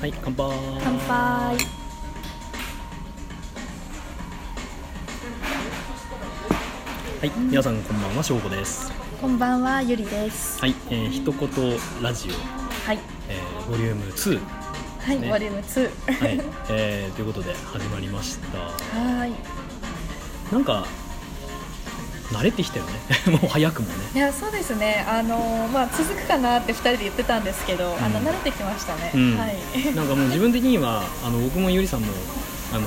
はい、乾杯。乾杯はい、皆さんこんばんは、しょうこです。こんばんはゆりですはい、えー、一言ラジオ、はいえー、ボリューム2、はい、ねボリューム2はい、 えー、ということで始まりました。はーいなんか慣れてきたよね。 もう早くもね。いやそうですねあのーまあ続くかなって2人で言ってたんですけど、あのうん慣れてきましたね、うん、はいなんかもう自分的にはあの僕もゆりさんもあの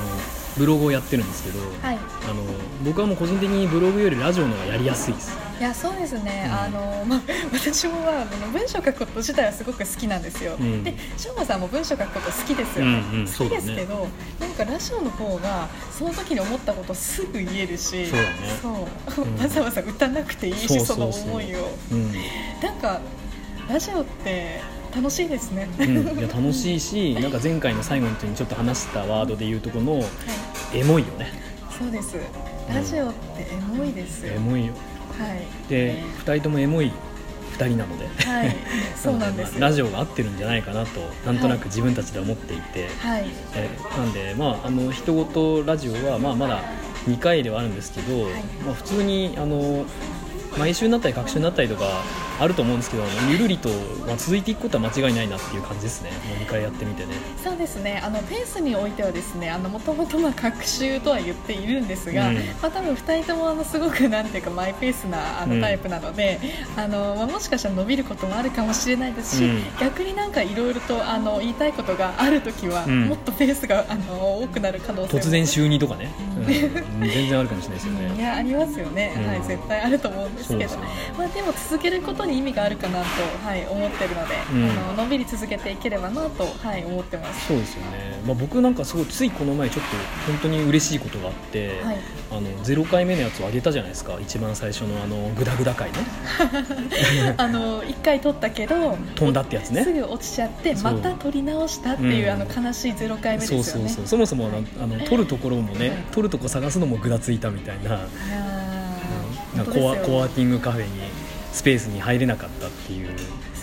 ブログをやってるんですけど、はいあの僕はもう個人的にブログよりラジオの方がやりやすいです。いやそうですね、うんあのーまあ私もまああの文章書くこと自体はすごく好きなんですよ、うんでしょうまさんも文章書くこと好きですよ、うんうん好きですけど、なんかラジオの方がその時に思ったことすぐ言えるしそうだねそううん わざわざ歌なくていいしそうそそうそうの思いをうん。なんかラジオって楽しいですね。う はん、いや楽しいし、なんか前回の最後の時にちょっと話したワードで言うとこのい、エモいよね。そうです。ラジオってエモいですよ。エモいよ。はい。で、二人ともエモい二人なので。 はい、そうなんでのすよ。まあラジオが合ってるんじゃないかなとなんとなく自分たちで思っていて、はい、えなんでまああの一言ラジオはまあまだ2回ではあるんですけど、いまあ普通にあの毎週になったり隔週になったりとかあると思うんですけどゆるりと、まあ、続いていくことは間違いないなっていう感じですねもう2回やってみてね。そうですね。あのペースにおいてはですね、あの元々まあ学習とは言っているんですが、うんまあ多分二人ともあのすごくなんていうかマイペースなあうのんタイプなので、あのまあもしかしたら伸びることもあるかもしれないですし、うん逆になんかいろいろとあの言いたいことがあるときは、うんもっとペースがあの多くなる可能性も突然週2とかね、 うん全然あるかもしれないですよいね。やありますよね、うんはい絶対あると思うんですそうでけどすよねまあでも続けることに意味があるかなとはい思ってるので、うんあののんびり続けていければなとはい思って ます。そうですよね、まあ、僕なんかすごいついこの前ちょっと本当に嬉しいことがあって、はいあの0回目のやつを上げたじゃないですか一番最初のあのグダグダ回ねあの一回取ったけど。飛んだってやつすねぐ落ちちゃってそうまた取り直したっていう、うんあの悲しい0回目ですそよねうそうそうそもそもなあの撮るところもねはい撮るとこ探すのもぐだついたみたいな,、いやーなんか本当でコすよワコワーキングカフェにスペースに入れなかったっていう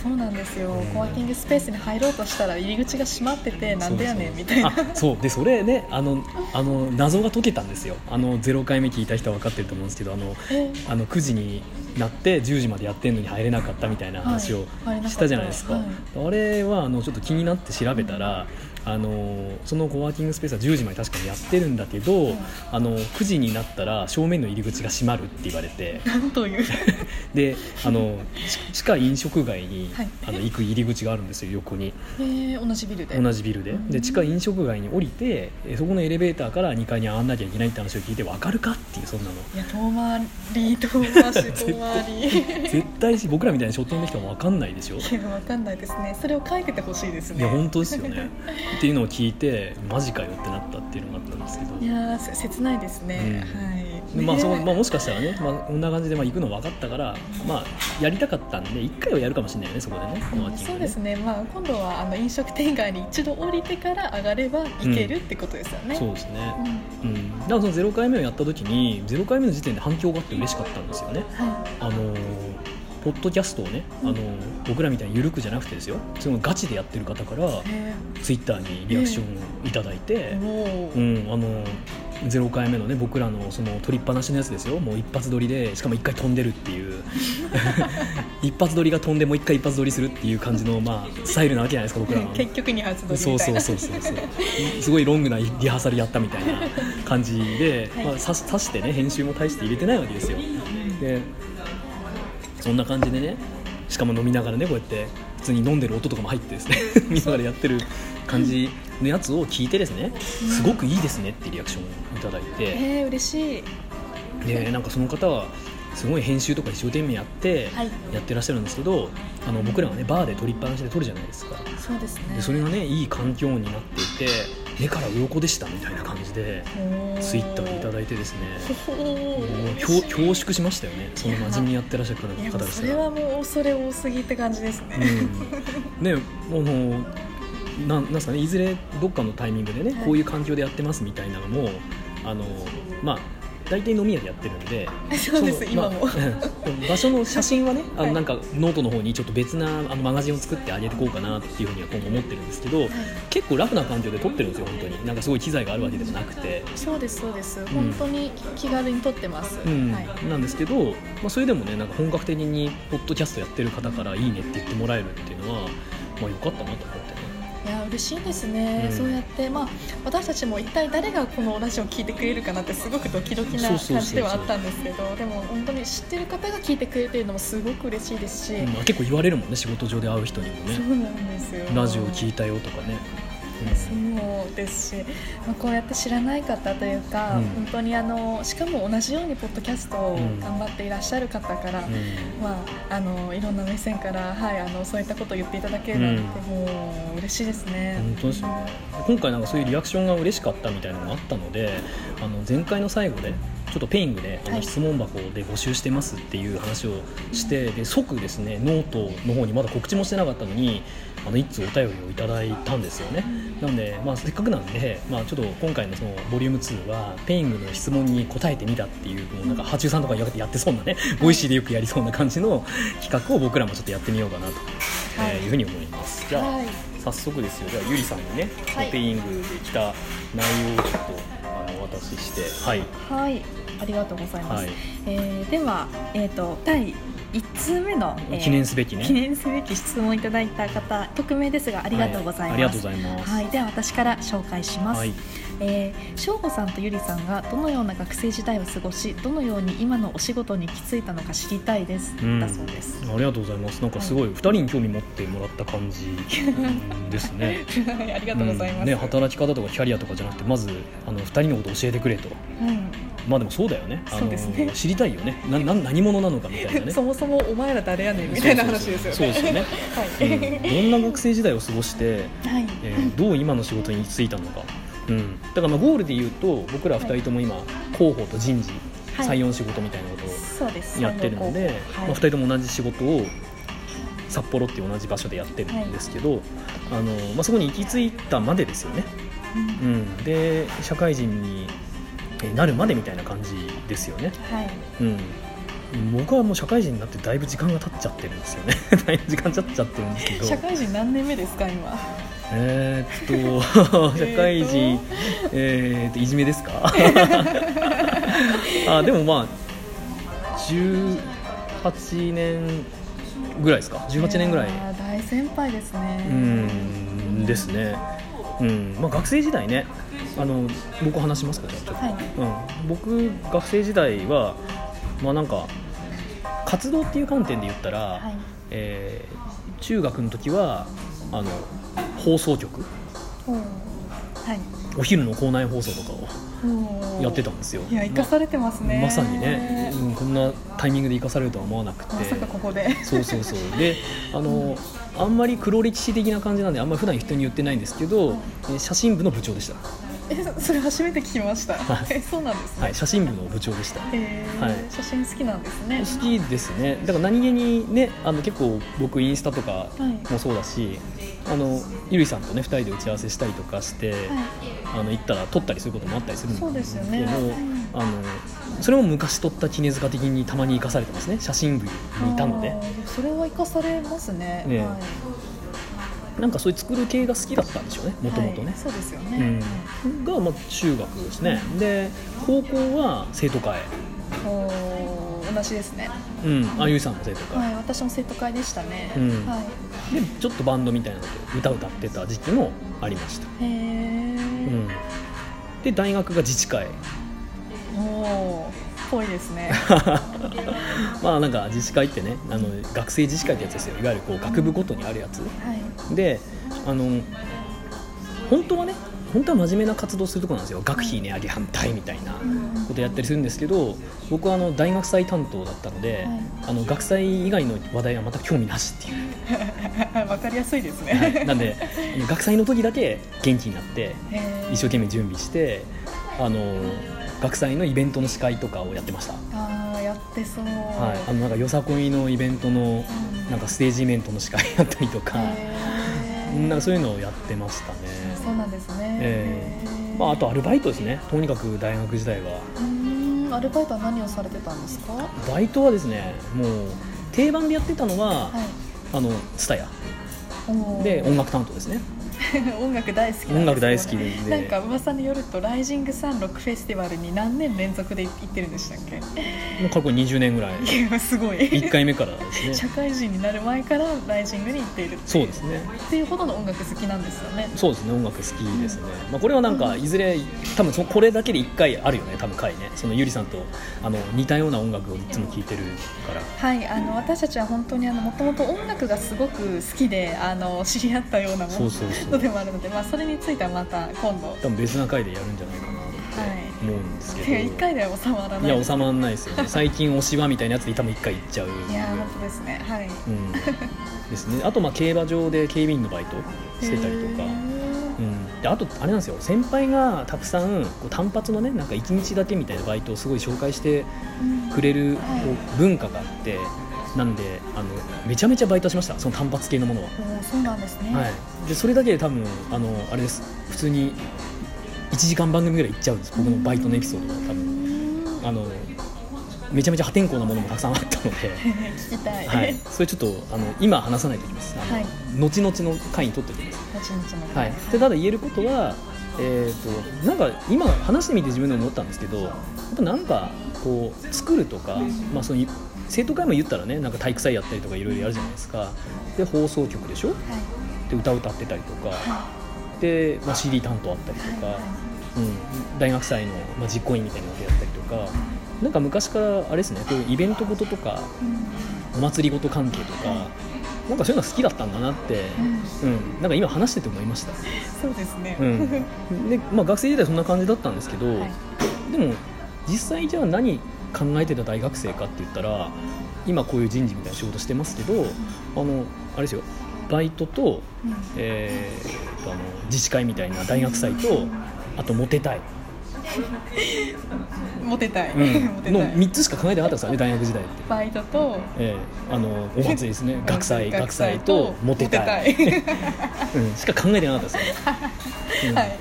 そうなんですよ、うんコワーキングスペースに入ろうとしたら入り口が閉まっててなんでやねんみたいそなうそうそうあそうでそれねあのあの謎が解けたんですよあの0回目聞いた人は分かってると思うんですけどあのえあの9時になって10時までやってんのに入れなかったみたいな話をはい入れなかったしたじゃないですか、はいあれはあのちょっと気になって調べたら、あのそのコワーキングスペースは10時まで確かにやってるんだけど、うんあの9時になったら正面の入り口が閉まるって言われてなん というであ のし地下飲食街に、はいあの行く入り口があるんですよ横にえー同じビルで同じビルでで地下飲食街に降りてえそこのエレベーターから2階に上がんなきゃいけないって話を聞いて分かるかっていうそんなの。 いや遠回り遠回 し遠回り絶対し僕らみたいな書店の人も分かんないで しょいやわかんないですねそれを書いててほしいですねいや本当ですよねっていうのを聞いてマジかよってなったっていうのがあったんですけどいやーせ切ないですね、うんはいでまあそこまあ、あ、もしかしたらね、まあ、こんな感じでまあ行くの分かったから、まあ、やりたかったんで1回はやるかもしれないよねそこでねうんそうですね、まあ、今度はあの飲食店街に一度降りてから上がれば行けるってことですよね、そうですうんね、うん、だからその0回目をやった時に0回目の時点で反響があって嬉しかったんですよねはあのーポッドキャストをね、あのー僕らみたいに緩くじゃなくてですよそのガチでやってる方からいへツイッターにリアクションをいただいて、ーおうーん、あの0回目のね僕らのその取りっぱなしのやつですよもう一発撮りでしかも1回飛んでるっていう 一発撮りが飛んでもう1回一発撮りするっていう感じの、まあ、スタイルなわけじゃないですか僕らは。結局に発動みたいそうなそうそうそう そうすごいロングなリハーサルやったみたいな感じで、はいまあ、ささしてね編集も大して入れてないわけですよでそんな感じでねしかも飲みながらねこうやって普通に飲んでる音とかも入ってです ね見ながらやってる感じのやつを聞いてですねすごくいいですねってリアクションをいただいてへえ嬉しいでなんかその方はすごい編集とか一生懸命やってはいやってらっしゃるんですけどあの僕らはねバーで撮りっぱなしで撮るじゃないですかそうですねでそれがねいい環境になっていて目から鱗でしたみたいな感じでツイッターでいただいいてですねてもう恐恐縮しましたよねその真面目にやってらっしゃる方い々やもうでそすれらはもう恐れ多すぎって感じですね、うん、ねあのなんなんすかねいずれどっかのタイミングでね、はいこういう環境でやってますみたいなのもあのまあ大体飲み屋でやってるんで そうですの今も、まあうん場所の写真はねあはのいなんかノートの方にちょっと別なあのマガジンを作ってあげてこうかなっていうふうには今後思ってるんですけど結構ラフな環境で撮ってるんですよ本当になんかすごい機材があるわけでもなくて、そうですそうです本当に気軽に撮ってます、うんはい、なんですけど、まあ、それでもねなんか本格的にポッドキャストやってる方から「いいね」って言ってもらえるっていうのは、まあ、よかったなと思ってねいや嬉しいですね、うんそうやって、まあ、私たちも一体誰がこのラジオを聞いてくれるかなってすごくドキドキなそうそうそうそう感じではあったんですけどでも本当に知ってる方が聞いてくれてるのもすごく嬉しいですし、うんまあ結構言われるもんね仕事上で会う人にもねそうなんですよ「ラジオ聞いいたよ」とかね、そうですし、まあ、こうやって知らない方というか、うん本当にあのしかも同じようにポッドキャストをうん頑張っていらっしゃる方から、うんうんまあ、あのいろんな目線から、はい、あのそういったことを言っていただけるなんて、もう嬉しいですね。本当ですよね今回なんかそういうリアクションが嬉しかったみたいなのがあったのであの前回の最後でちょっとペイングであはのい質問箱で募集してますっていう話をして、で即ですねノートの方にまだ告知もしてなかったのにあの一通お便りをいただいたんですよねなので、まあ、せっかくなんで、まあ、ちょっと今回のそのボリューム2はペイングの質問に答えてみたっていうもうなんか波中さんとかやってそうなねボイシーでよくやりそうな感じの企画を僕らもちょっとやってみようかなと、はいえーいうふうに思います。じゃあはい早速ですよじゃあゆりさんにね、はいペイングで来た内容をちょっとあのお渡ししてはいはい、ありがとうございます。はい、えーでは、えー、と第1通目の、えー記念すべきね記念すべき質問をいただいた方匿名ですがありがとうございます、はありがとうございますはいでは私から紹介します、はいえー、しょうごさんとゆりさんがどのような学生時代を過ごしどのように今のお仕事に行き着いたのか知りたいです、うんだそうです ありがとうございますなんかすごい二人に興味持ってもらった感じうんですね はいありがあとうございます、ね、働き方とかキャリアとかじゃなくてまずあの二人のこと教えてくれとまあでもそうだよねあのそうですね知りたいよねなな何者なのかみたいなうん、ね そもそもお前ら誰やねんみたいな話ですよねそうそうそうそうですよね、はい、 うんどんな学生時代を過ごしてはい、えーどう今の仕事に就いたのか、うん、だからまあゴールで言うと僕ら2人とも今広報と人事はい採用仕事みたいなことをそうですやってるので、はいまあ、2人とも同じ仕事を札幌っていう同じ場所でやってるんですけど、あのまあ、そこに行き着いたまでですよね、うんうん、で社会人にえーなるまでみたいな感じですよね、はいうん、僕はもう社会人になってだいぶ時間が経っちゃってるんですよね だいぶ時間経っちゃってるんですけど社会人何年目ですか今えーっと 社会人えーっといじめですか あでもまあ18年ぐらいですか18年ぐらいやー大先輩ですねうんですねうんまあ学生時代ねあの僕話しますかじゃあちょっと、はいうん、僕学生時代はまあなんか活動っていう観点で言ったら、はいえー中学の時はあの放送局ほうはいお昼の校内放送とかほをうやってたんですよいや生かされてますね、ままさにね、うん、こんなタイミングで生かされるとは思わなくてまさかここでそうそうそうであのあんまり黒歴史的な感じなんであんまり普段人に言ってないんですけど、えー写真部の部長でした、えそ それ初めて聞きましたはいえそうなんですね、はい、写真部の部長でしたえーはい写真好きなんですね好きですねだから何気にねあの結構僕インスタとかはいもそうだし、あのゆりさんとね2人で打ち合わせしたりとかして、はいあの行ったら撮ったりすることもあったりするんそうですよねうんあのそれも昔撮った絹塚的にたまに生かされてますね写真部にいたのであーそれは生かされますねねはいなんかそういう作る系が好きだったんでしょうねもともとはねい、そうですようね、んが、まあ、中学ですねで高校は生徒会お同じですねうんあゆりさんも生徒会、はい私も生徒会でしたね、うんはいでちょっとバンドみたいなこと歌歌ってた時期もありました、へえ、うん、で大学が自治会おーぽいで すねまあなんか自治会ってねあの学生自治会ってやつですよいわゆるこう学部ごとにあるやつ、はいであの本当はね本当は真面目な活動するところなんですよ学費値上げ反対みたいなうん ことやったりするんですけど僕はあの大学祭担当だったので、はいあの学祭以外の話題は全く興味なしっていうわかりやすいですは ね。いなんであの学祭の時だけ元気になってへー一生懸命準備してあの学祭のイベントの司会とかをやってました、ああやってそう。はい、あのなんかよさこいのイベントのうんなんかステージイベントの司会やったりとか、へーなんかそういうのをやってましたね。そうなんですね。えへーまあ、あとアルバイトですねとにかく大学時代はうーんアルバイトは何をされてたんですか。はバイトはですねもう定番でやってたのは、あのツタヤい。もうで音楽担当ですね 音楽大好きなんですよね、音楽大好きでなんか噂によるとライジングサンロックフェスティバルに何年連続で行ってるんでしたっけ。もう過去20年ぐらいいやすごい。 1回目からです社 ね会人になる前からライジングに行っているそうですねっていうほどの音楽好きなんですよね。そうですね音楽好きですね、まあ、これはなんかいずれ多分そこれだけで1回あるよね多分回ねそのゆりさんとあの似たような音楽をいつも聴いてるからはい、あの私たちは本当にあのもともと音楽がすごく好きであの知り合ったようなもそうのそうそのうでもあるので、まあ、それについてはまた今度多分別な回でやるんじゃないかなって思うんですけど、手1回では収まらないいや収まらないですよね最近推しはみたいなやつで多分1回いっちゃういや本当ですねはいうん、ですねあとまあ競馬場で警備員のバイトしてたりとかへ、ーうん、であとあれなんですよ先輩がたくさんこう単発のねなんか1日だけみたいなバイトをすごい紹介してうんくれるこはいう文化があってなんであのめちゃめちゃバイトしましたその単発系のものは、おーそうなんですね、はい、でそれだけで多分あのあれです普通に1時間番組ぐらいいっちゃうんです僕のバイトのエピソードが多分分あのめちゃめちゃ破天荒なものもたくさんあったので 聞きたい、 はい、それちょっとあの今話さないといけますあの、はい後々の回に取っておきます、もちもちのはい、でただ言えることは、えー、となんか今話してみて自分でも思ったんですけどやっぱなんかこう作るとか、まあ、その生徒会も言ったらねなんか体育祭やったりとかいろいろやるじゃないですかで放送局でしょはいで歌歌ってたりとかはで、まあ、CD 担当あったりいとか、はいはいうん、大学祭の、まあ、実行委員みたいなことやったりとかなんか昔からあれですねこういうイベントごととかうんお祭りごと関係とかなんかそういうの好きだったんだなって、うんうん、なんか今話してて思いました。そうですね、 うん、で、まあ、学生時代そんな感じだったんですけど、はいでも実際じゃあ何考えてた大学生かって言ったら今こういう人事みたいな仕事してますけどあのあれですよバイトと,、うんえーあの自治会みたいな大学祭とあとモテたい、モテたい、うん モテのたい3つしか考えてなかったんですよね大学時代って。バイトとええあのお祭りですね学祭学学祭祭ととモテたいモテうん、しか考えてなかったですよ、 うん はい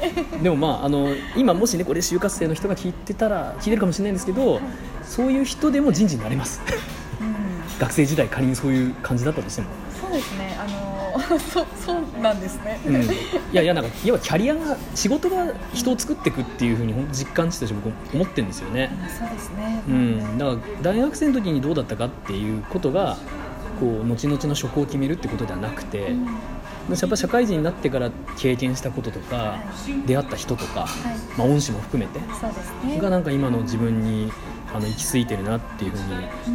でもまああの今もしねこれ就活生の人が聞いてたら聞いてるかもしれないんですけどそういう人でも人事になれます うん学生時代仮にそういう感じだったとしても、そうですね。あの そうそうなんですね。うん、いやいやなんか要はキャリアが仕事が人を作っていくっていうふうにほん実感してたし僕思ってるんですよね、そうですね。うん、だから大学生の時にどうだったかっていうことがこう後々の職を決めるってことではなくて、うんはやっぱ社会人になってから経験したこととか出会った人とか、い。まあ、恩師も含めてそうですね。がなんか今の自分にあの行き着いてるなっていうふう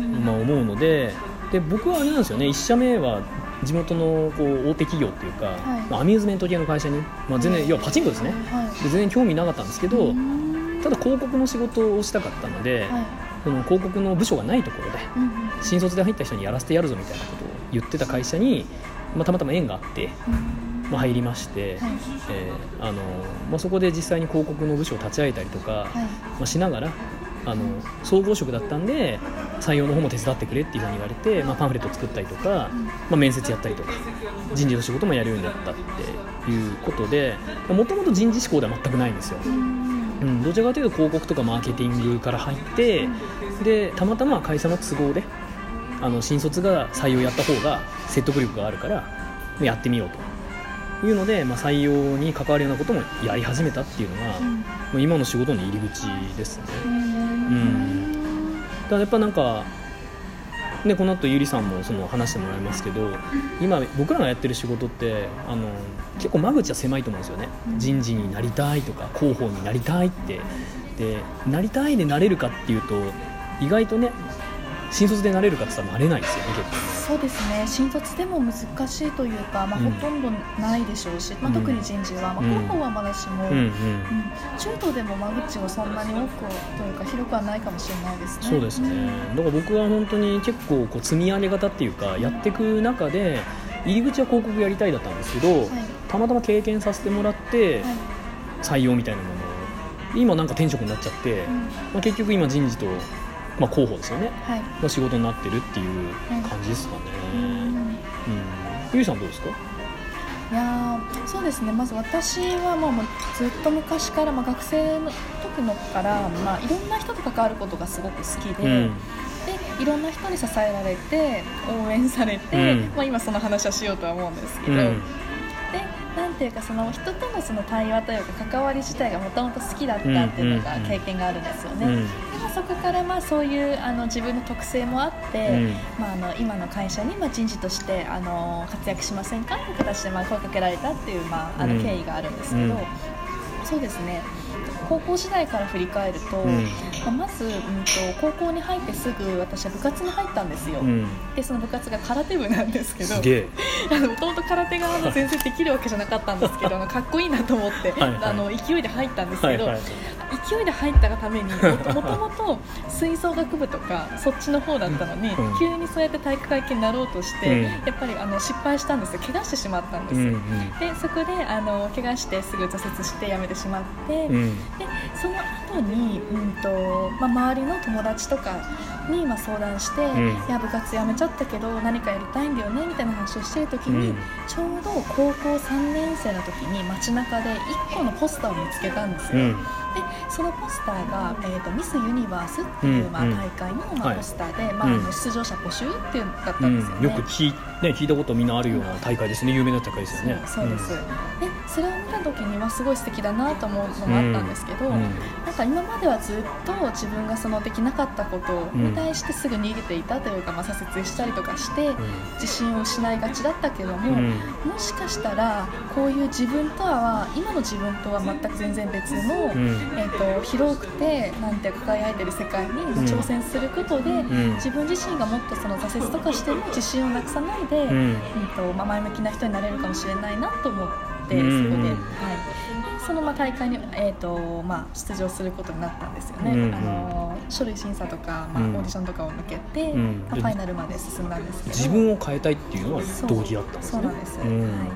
に、まあ、思うのでで僕はあれなんですよね1社目は地元のこう大手企業っていうか、はいまあアミューズメント系の会社に、まあ、全然要はパチンコですねはい。で全然興味なかったんですけどうんただ広告の仕事をしたかったので、はい。その広告の部署がないところでうんうん新卒で入った人にやらせてやるぞみたいなことを言ってた会社に、まあ、たまたま縁があって、うんまあ、入りまして、はいえーあのまあ、そこで実際に広告の部署を立ち上げたりとか、はい。まあ、しながらあの総合職だったんで採用の方も手伝ってくれっていうふうに言われて、まあ、パンフレット作ったりとか、うんまあ、面接やったりとか人事の仕事もやるようになったっていうことでもともと人事志向では全くないんですよ。うんうん、どちらかというと広告とかマーケティングから入ってでたまたま会社の都合であの新卒が採用やった方が説得力があるからやってみようというので、まあ、採用に関わるようなこともやり始めたっていうのが、もう今の仕事の入り口ですねうんうんただやっぱなんかね、この後ゆりさんもその話してもらいますけど今僕らがやってる仕事ってあの結構間口は狭いと思うんですよねうん人事になりたいとか広報になりたいってでなりたいでなれるかっていうと意外とね新卒でなれるかって言ったらなれないですよねそうですね新卒でも難しいというか、まあ、うんほとんどないでしょうし、まうんあ、特に人事は、まあ、うん広報はまだしも、結構ね、うん中途でも間口はそんなに多くというか広くはないかもしれないですね。そうですねだから僕は本当に結構こう積み上げ型っていうかやっていく中で入り口は広告やりたいだったんですけど、うんはいたまたま経験させてもらってはい採用みたいなものを今なんか転職になっちゃって、うんまあ、結局今人事と、まあ、広報ですよねはいの仕事になってるっていう感じですかね、うんうんゆいさんどうですかいやーそうですねまず私はもうもうずっと昔から、まあ、学生の時のから、まあ、いろんな人と関わることがすごく好きで,、うんでいろんな人に支えられて応援されて、うんまあ、今その話はしようとは思うんですけうど、でんなんていうかその人とのその対話というか関わり自体がもともと好きだったっていうのがうんうんうん経験があるんですようね。んでまあそこからまあそういうあの自分の特性もあって、まあ、あの今の会社にまあ人事としてあの活躍しませんかという形でまあ声かけられたっていう、まあ、あうのん経緯があるんですけど、うんそうですね高校時代から振り返ると、うんまあまず、うん、と高校に入ってすぐ私は部活に入ったんですよ、うんでその部活が空手部なんですけどすげえあの弟空手があの全然できるわけじゃなかったんですけ どあのかっこいいなと思ってはいはいあの勢いで入ったんですはけいど、はい勢いで入ったがためにもともともと吹奏楽部とかそっちの方だったのに、うん急にそうやって体育会系になろうとして、うんやっぱりあの失敗したんですよ怪我してしまったんでうすよ、んでそこであの怪我してすぐ挫折して辞めてしまって、うんうんでその後にうんとまあ、周りの友達とかにまあ相談して、んいや部活辞めちゃったけど何かやりたいんだよねみたいな話をしてる時に、うんちょうど高校3年生の時に街中で1個のポスターを見つけたんですうよ、んでそのポスターが、えー、とミス・ユニバースっていう、うんまあ、うん大会の、まはあ、いポスターで、まあ、あうのん出場者募集っていうのだっうたんですよんね。よく聞い,、ね、聞いたことみんなあるような大会ですね有名な大会ですよねそうそうです、でそれを見た時にはすごい素敵だなと思うのもあったんですけど、うんうんなんか今まではずっと自分がそのできなかったことに対してすぐ逃げていたというか、まあ、挫折したりとかして、自信を失いがちだったけどうも、んもしかしたらこういう自分とは今の自分とは全く全然別の、うんうんえー、と広くてなんていうか輝いてる世界に挑戦することで、うん自分自身がもっとその挫折とかしても自信をなくさないで、ううんんとまあ、前向きな人になれるかもしれないなと思って、うんそこで、うんはい、そのまあ大会に、えーとまあ、出場することになったんですよね。うんあの書類審査とか、まあ、うオんーディションとかを抜けて、うんまあファイナルまで進んだんですけど自分を変えたいっていうのは動機だったんですそうねなんです、うんはいでま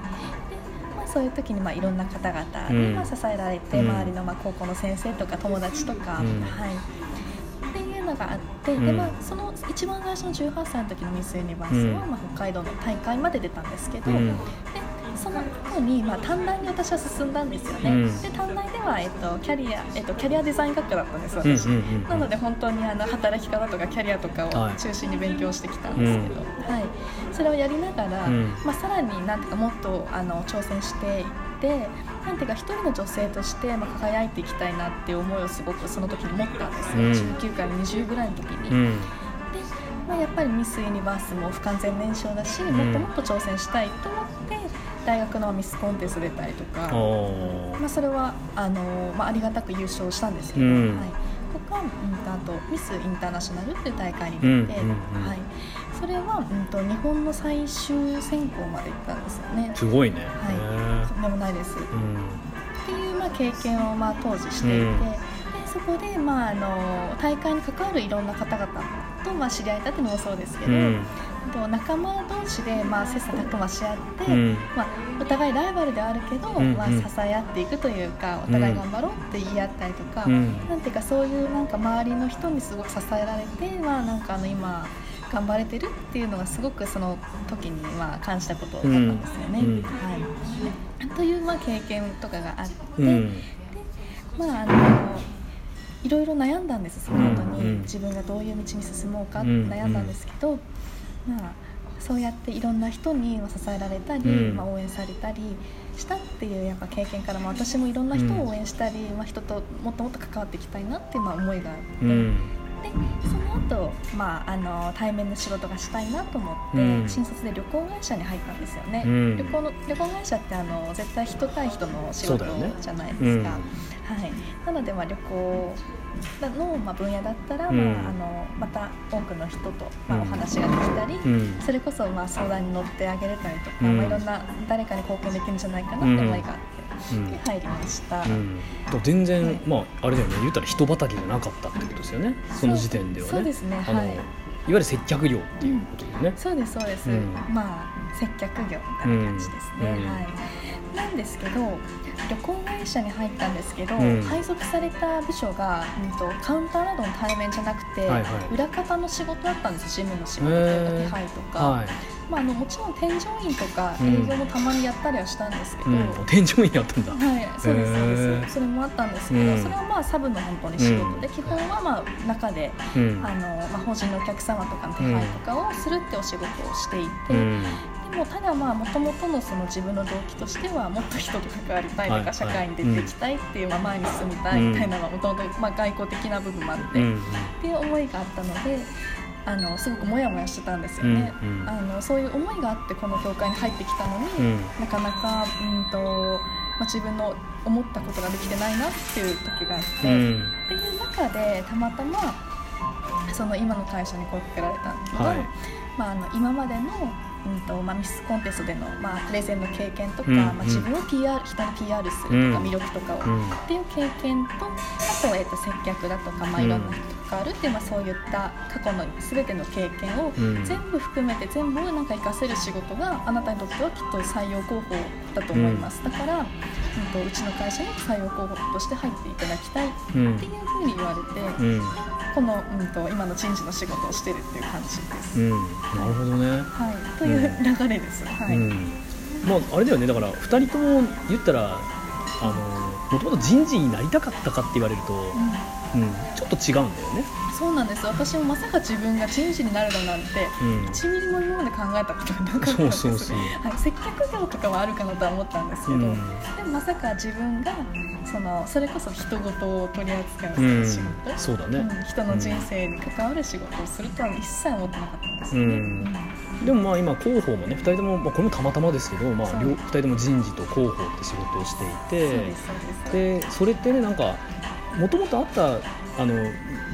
あ、そういう時にまあいろんな方々うにんまあ支えられて、うん周りのまあ高校の先生とか友達とか、うんはいっていうのがあって、うんでまあ、その一番最初の18歳の時のミス・ユニバースは、うんまあ、北海道の大会まで出たんですけど、うんでその後にまあ短大に私は進んだんですよね、うんで短大では、えっとキャリアえっと、キャリアデザイン学科だったんですうんうんう私、んなので本当にあの働き方とかキャリアとかをはい中心に勉強してきたんですけど、はいそれをやりながら、うんまあ、さらになんていうかもっとあの挑戦していってなんていうか一人の女性として、まあ、輝いていきたいなっていう思いをすごくその時に持ったんですよ、うん19から20ぐらいの時に。うんでまあ、やっぱりミス・ユニバースも不完全燃焼だし、んもっともっと挑戦したいと思って大学のミスコンテスト出たりとか。あーまあ、それはあの、まあ、ありがたく優勝したんですけど、うんはい、とか、うんと、あとミス・インターナショナルっていう大会にうん出て、うんうんはい、それは、うん、と日本の最終選考まで行ったんですよね。すごいね、はいへとんでもないですーうんっていう、まあ、経験を、まあ、当時していて、うんでそこで、まあ、あの大会に関わるいろんな方々と、まあ、知り合えたっていうのもそうですけど、うんと仲間同士で、まあ、切磋琢磨し合って、うんまあ、お互いライバルではあるけど、んうんまあ、支え合っていくというかお互い頑張ろうって言い合ったりとか、うんなんていうかそういうなんか周りの人にすごく支えられて、まあ、なんかあの今頑張れてるっていうのがすごくその時にまあ感じたことだったんですよね。うんうんはい、というまあ経験とかがあって、うんまああのいろいろ悩んだんですその後に、うんうん自分がどういう道に進もうかって悩んだんですけど、まあそうやっていろんな人にまあ支えられたり、うんまあ、応援されたりしたっていうやっぱ経験から、まあ、私もいろんな人を応援したり、まあ、人ともっともっと関わっていきたいなっていうまあ思いがあっうて、んでその後、まああの対面の仕事がしたいなと思って、うん新卒で旅行会社に入ったんですよね、うん旅行の旅行会社ってあの絶対人対人の仕そう事だよねじゃないですか、うんはい、なのでまあ旅行のまあ分野だったら、うんまあ、あのまた多くの人とまあうんお話ができたり、うんそれこそまあ相談に乗ってあげれたりとか、うんまあ、いろんな誰かに貢献できるんじゃないかなって思いがあって、うんで入りました、うんだから全然、はいまああれだよね言ったら人畑じゃなかったってことですよねその時点ではねそうですねあの、、はいいわゆる接客業っていうことだよね、そうですそうです、うんまあ接客業みたいな感じですね、うんはいなんですけど旅行会社に入ったんですけど、うん配属された部署が、うん、とカウンターなどの対面じゃなくて、はいはい裏方の仕事だったんです事務の仕事というかへー手配とか、はいまあ、あのもちろん添乗員とかうん営業もたまにやったりはしたんですけど、うんは、天井にあったんだい、そうですそうです、へーそれもあったんですけど、うんそれはまあサブの本当に仕事で、うん基本はまあ中でうんあの、まあ、法人のお客様とかの手配とかをするってお仕事をしていて、うんでもただまあもともとのその自分の動機としてはもっと人と関わりたいとか、はいはい社会に出ていきたいっていう、まあ、前に進みたいみたいなのはもともと外交的な部分もあって、うっんていう思いがあったのであのすごくモヤモヤしてたんですよね、うんうんあのそういう思いがあってこの業界に入ってきたのに、うんなかなか、うんとまあ、自分の思ったことができてないなっていう時があって。うんっていう中でたまたまその今の会社に声かけられたんですけど、はいまあ、あの今までの、うんとまあ、ミスコンテストでの、まあ、プレゼンの経験とか、うんまうんあ、自分を PR 人に PR するとうか、ん魅力とかを、うんっていう経験とあと,、えっと接客だとか、まうあ、んいろんな人と関わるっていう、まあ、そういった過去の全ての経験をうん全部含めて全部なんか活かせる仕事があなたにとってはきっと採用候補だと思います、だから、うん、とうちの会社に採用候補として入っていただきたいうんっていうふうに言われて、うんこの、うん、と今の人事の仕事をしてるっていう感じです。うんなるほどねはい、というう流れです。はい、うん、まああれだよねだから2人とも言ったらあのもともと人事になりたかったかって言われると、うんうん、ちょっと違うんだよね、そうなんです私もまさか自分が人事になるだなんてうん、 1ミリも今まで考えたことがなかったんですそうそうそうはい、接客業とかはあるかなとは思ったんですけど、うんでもまさか自分がそのそれこそ人事を取り扱ううん仕事、そうだうんね、人の人生に関わる仕事をするとは一切思ってなかったんですよね。うんでもまあ今広報もね2人とも、まあ、これもたまたまですけど、まそあ、う両2人とも人事と広報って仕事をしていそてうですそうですでそれってねなんかもともとあったあの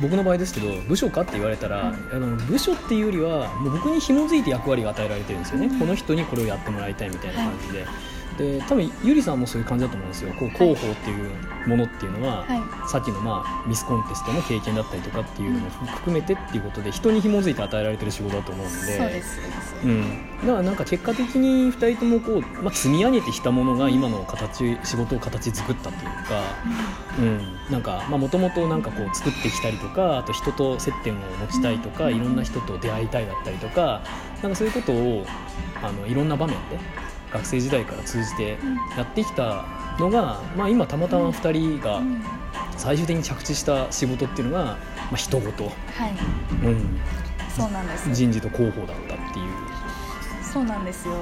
僕の場合ですけど部署かって言われたら、あうんの部署っていうよりはもう僕に紐づいて役割が与えられてるんですよね、うんこの人にこれをやってもらいたいみたいな感じで。で多分ゆりさんもそういう感じだと思うんですよこう広報っていうものっていうのは、はいさっきの、まあ、ミスコンテストの経験だったりとかっていうのも含めてっていうことで人に紐づいて与えられてる仕事だと思うんでそうですそうです、うん、だからなんか結果的に2人ともこう、まあ、積み上げてきたものが今の形仕事を形作ったというか、うん、なんかもともとなんかこう作ってきたりとかあと人と接点を持ちたいとか、うんいろんな人と出会いたいだったりとかなんかそういうことをあのいろんな場面で学生時代から通じてうんやってきたのが、まあ、今たまたま2人がうん最終的に着地した仕事っていうのが、まあ、人ごと、はいうん、そうなんです人事と広報だったっていう。そうなんですよ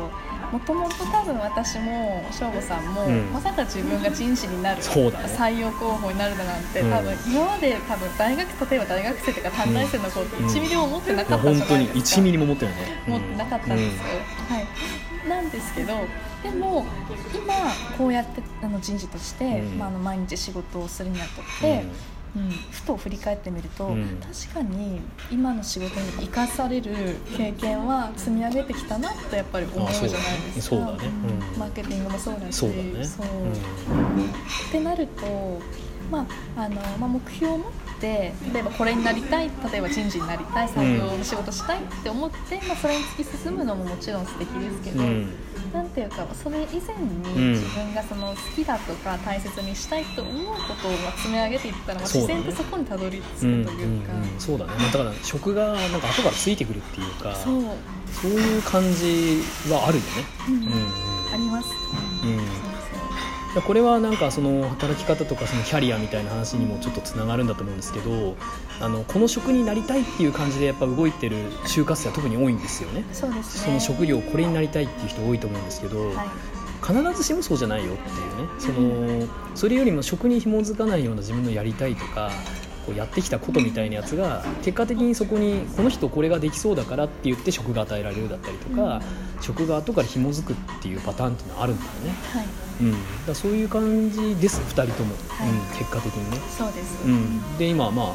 もともと多分私も省吾さんも、うんまさか自分が人事になるそうだね採用候補になるだなんて、うん多分今まで多分大学例えば大学生とか短大生の子ってうん1ミリも思ってないかやった本じゃ当ないにですか、 1ミリも持ってないね持ってなかったんですよ、はい、なんですけどでも今こうやってあの人事として、うんまあ、あの毎日仕事をするにあたっうんて、うん、ふと振り返ってみると、うん確かに今の仕事に生かされる経験は積み上げてきたなとやっぱり思うじゃないですあそかうだねそうだねうんマーケティングもそうだしそうだねそうってなると、まああのまあ、目標を持って例えばこれになりたい例えば人事になりたい採用の仕事したいって思って、まあ、それに突き進むのももちろん素敵ですけうんど、うんなんていうかそれ以前うんに自分がその好きだとか大切にしたいと思うことをまあ積み上げていったらまあそう自だね然とそこにたどり着くうとんいうかうんそうだねまあだから食がなんか後からついてくるっていうかそう、うんそういう感じはあるよねあります、うんうんうんそういやこれはなんかその働き方とかそのキャリアみたいな話にもちょっとつながるんだと思うんですけどあのこの職になりたいっていう感じでやっぱ動いてる就活生は特に多いんですよねそうそうですねその職業これになりたいっていう人多いと思うんですけど、はい必ずしもそうじゃないよっていうねそのそれよりも職に紐づかないような自分のやりたいとかこうやってきたことみたいなやつが結果的にそこにこの人これができそうだからって言って職が与えられるだったりとか、職が後から紐づくっていうパターンっていうのはあるんだよね、はいうん、だからそういう感じです2人とも、はいうん、結果的にね、そうです、うん、で今はまあ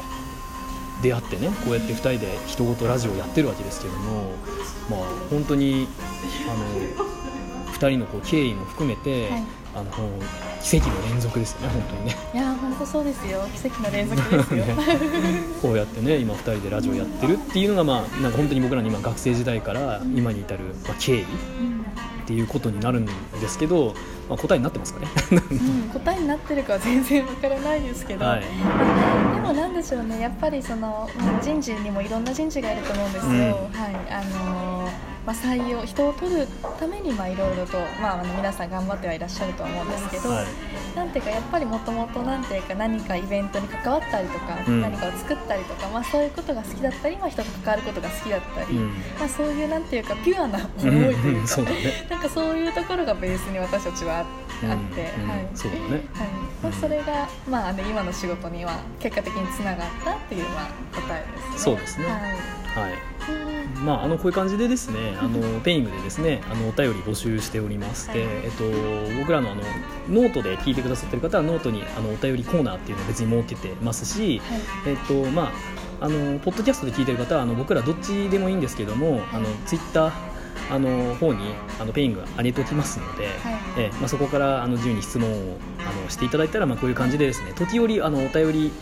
出会ってねこうやって2人で人ごとラジオやってるわけですけどもまあ本当にあの2人のこう経緯も含めて、はいあの奇跡の連続ですよね本当にねいやー本当そうですよ奇跡の連続ですよこうや ってね今2人でラジオやってるっていうのがまあなんか本当に僕らの今学生時代から今に至る、まあ、経緯っ うんていうことになるんですけど、まあ、答えになってますかね。うん答えになってるかは全然わからないですけど、はいでもなんでしょうねやっぱりそのうん人事にもいろんな人事がいると思うんですよ、うんはいあのーまあ、採用人を取るためにまあいろいろと、まあ、あの皆さん頑張ってはいらっしゃるとは思うんですけど、はいなんていうかやっぱりもともとなんていうか何かイベントに関わったりとか、うん何かを作ったりとか、まあ、そういうことが好きだったり、まあ、人と関わることが好きだったり、うんまあ、そういうなんていうかピュアな思いとうんいううんか、そうだねなんかそういうところがベースに私たちはあって、うんうんはいそうだねはいまあ、それが、まあ、あの今の仕事には結果的につながったっていう、まあ、答えですそね。うですねはいはいうんまあ、あのこういう感じでです ね、あのペイングでですね、あのお便り募集しておりまして、はいえっと僕らのあのノートで聞いてくださってる方はノートにあのお便りコーナーっていうのを別に設けてますし、はいえっとまああのポッドキャストで聞いてる方はあの僕らどっちでもいいんですけども、あのツイッターあの方にあのペイング上げておきますので、はいえまあそこからあの自由に質問をあのしていただいたらまあこういう感じでですね、時折あのお便り、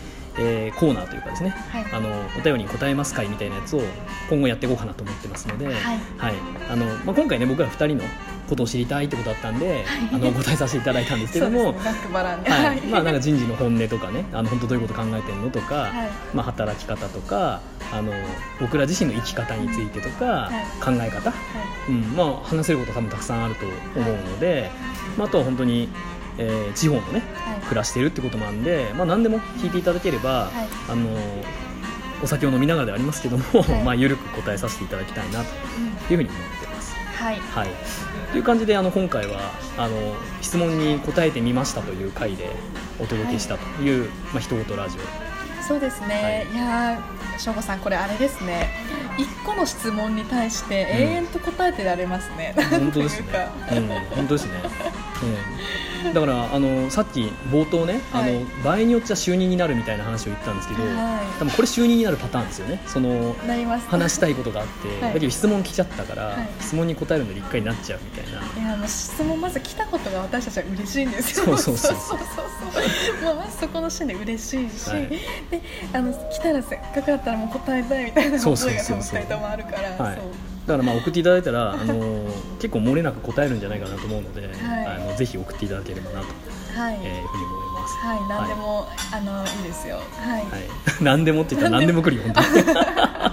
えーコーナーというかですね、はいあのお便りに答えます会みたいなやつを今後やっていこうかなと思ってますので、はいはいあのまあ、今回ね僕ら2人のことを知りたいってことだったんで、あのお答えさせていただいたんですけどそも、うですねバックバランで、はいまあ、なんか人事の本音とかねあの本当どういうこと考えてるのとか、はいまあ、働き方とかあの僕ら自身の生き方についてとか、考え方、はうんまあ、話せること多分たくさんあると思うので、まあ、あとは本当に、えー地方のねい暮らしてるってこともあるんで、まあ、何でも聞いていただければ、はいあのお酒を飲みながらではありますけども、はい まあ緩く答えさせていただきたいなとうんいうふうに思ってます。はいはい、という感じであの今回はあの質問に答えてみましたという回でお届けしたという、まあ一言ラジオそうですね、い、やーしょうごさんこれあれですね一個の質問に対して永遠と答えてられますね、本当ですねなんて、うん、本当ですね、うん、だからあのさっき冒頭ね、はいあの場合によっちゃ就任になるみたいな話を言ったんですけど、はい多分これ就任になるパターンですよねそのなります話したいことがあって、はいだけど質問来ちゃったから、はい質問に答えるので一回になっちゃうみたいな、いやあの質問まず来たことが私たちは嬉しいんですよそうそうそうそうそうまあ、まずそこのシーンで嬉しいし、はいであの来たらせっかくだったらもう答えたいみたいなそ思うそういがそ多う分そう2人ともあるからはいそうだからまあ送っていただいたら、あのー結構漏れなく答えるんじゃないかなと思うので、はいあのぜひ送っていただければなと、はい、えーいうふうに思います。ははい、何でも、あのいいですよはいい、 何でもって言ったら何でも来るよ本当 に。まあ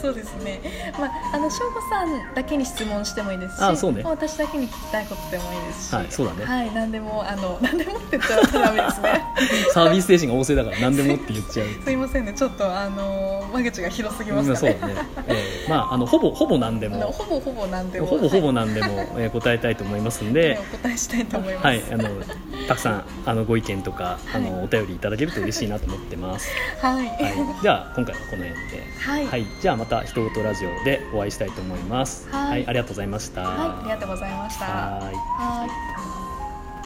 そうですね。まああの翔吾さんだけに質問してもいいですし、あそうねま私だけに聞きたいことでもいいですし、はいそうだねはい、何でもあの何でもって言ったらダメです ね。サービス精神が旺盛だから何でもって言っちゃう。すいませんね、ちょっとあの間口が広すぎまみんすなかそうね。だね。えーまああのほぼほぼ何であのも、ほぼほぼ何でも、ほぼほぼは何でも、えー答えたいと思いますんいでお。答えしたいと思います。はい、あのたくさんあのご意見とかあの、はいお便りいただけると嬉しいなと思ってます。はい、 はい、じゃあ今回はこの辺で。はいはい、じゃあまた一言ラジオでお会いしたいと思います。はいありがとうございました。はいありがとうございました。はいはい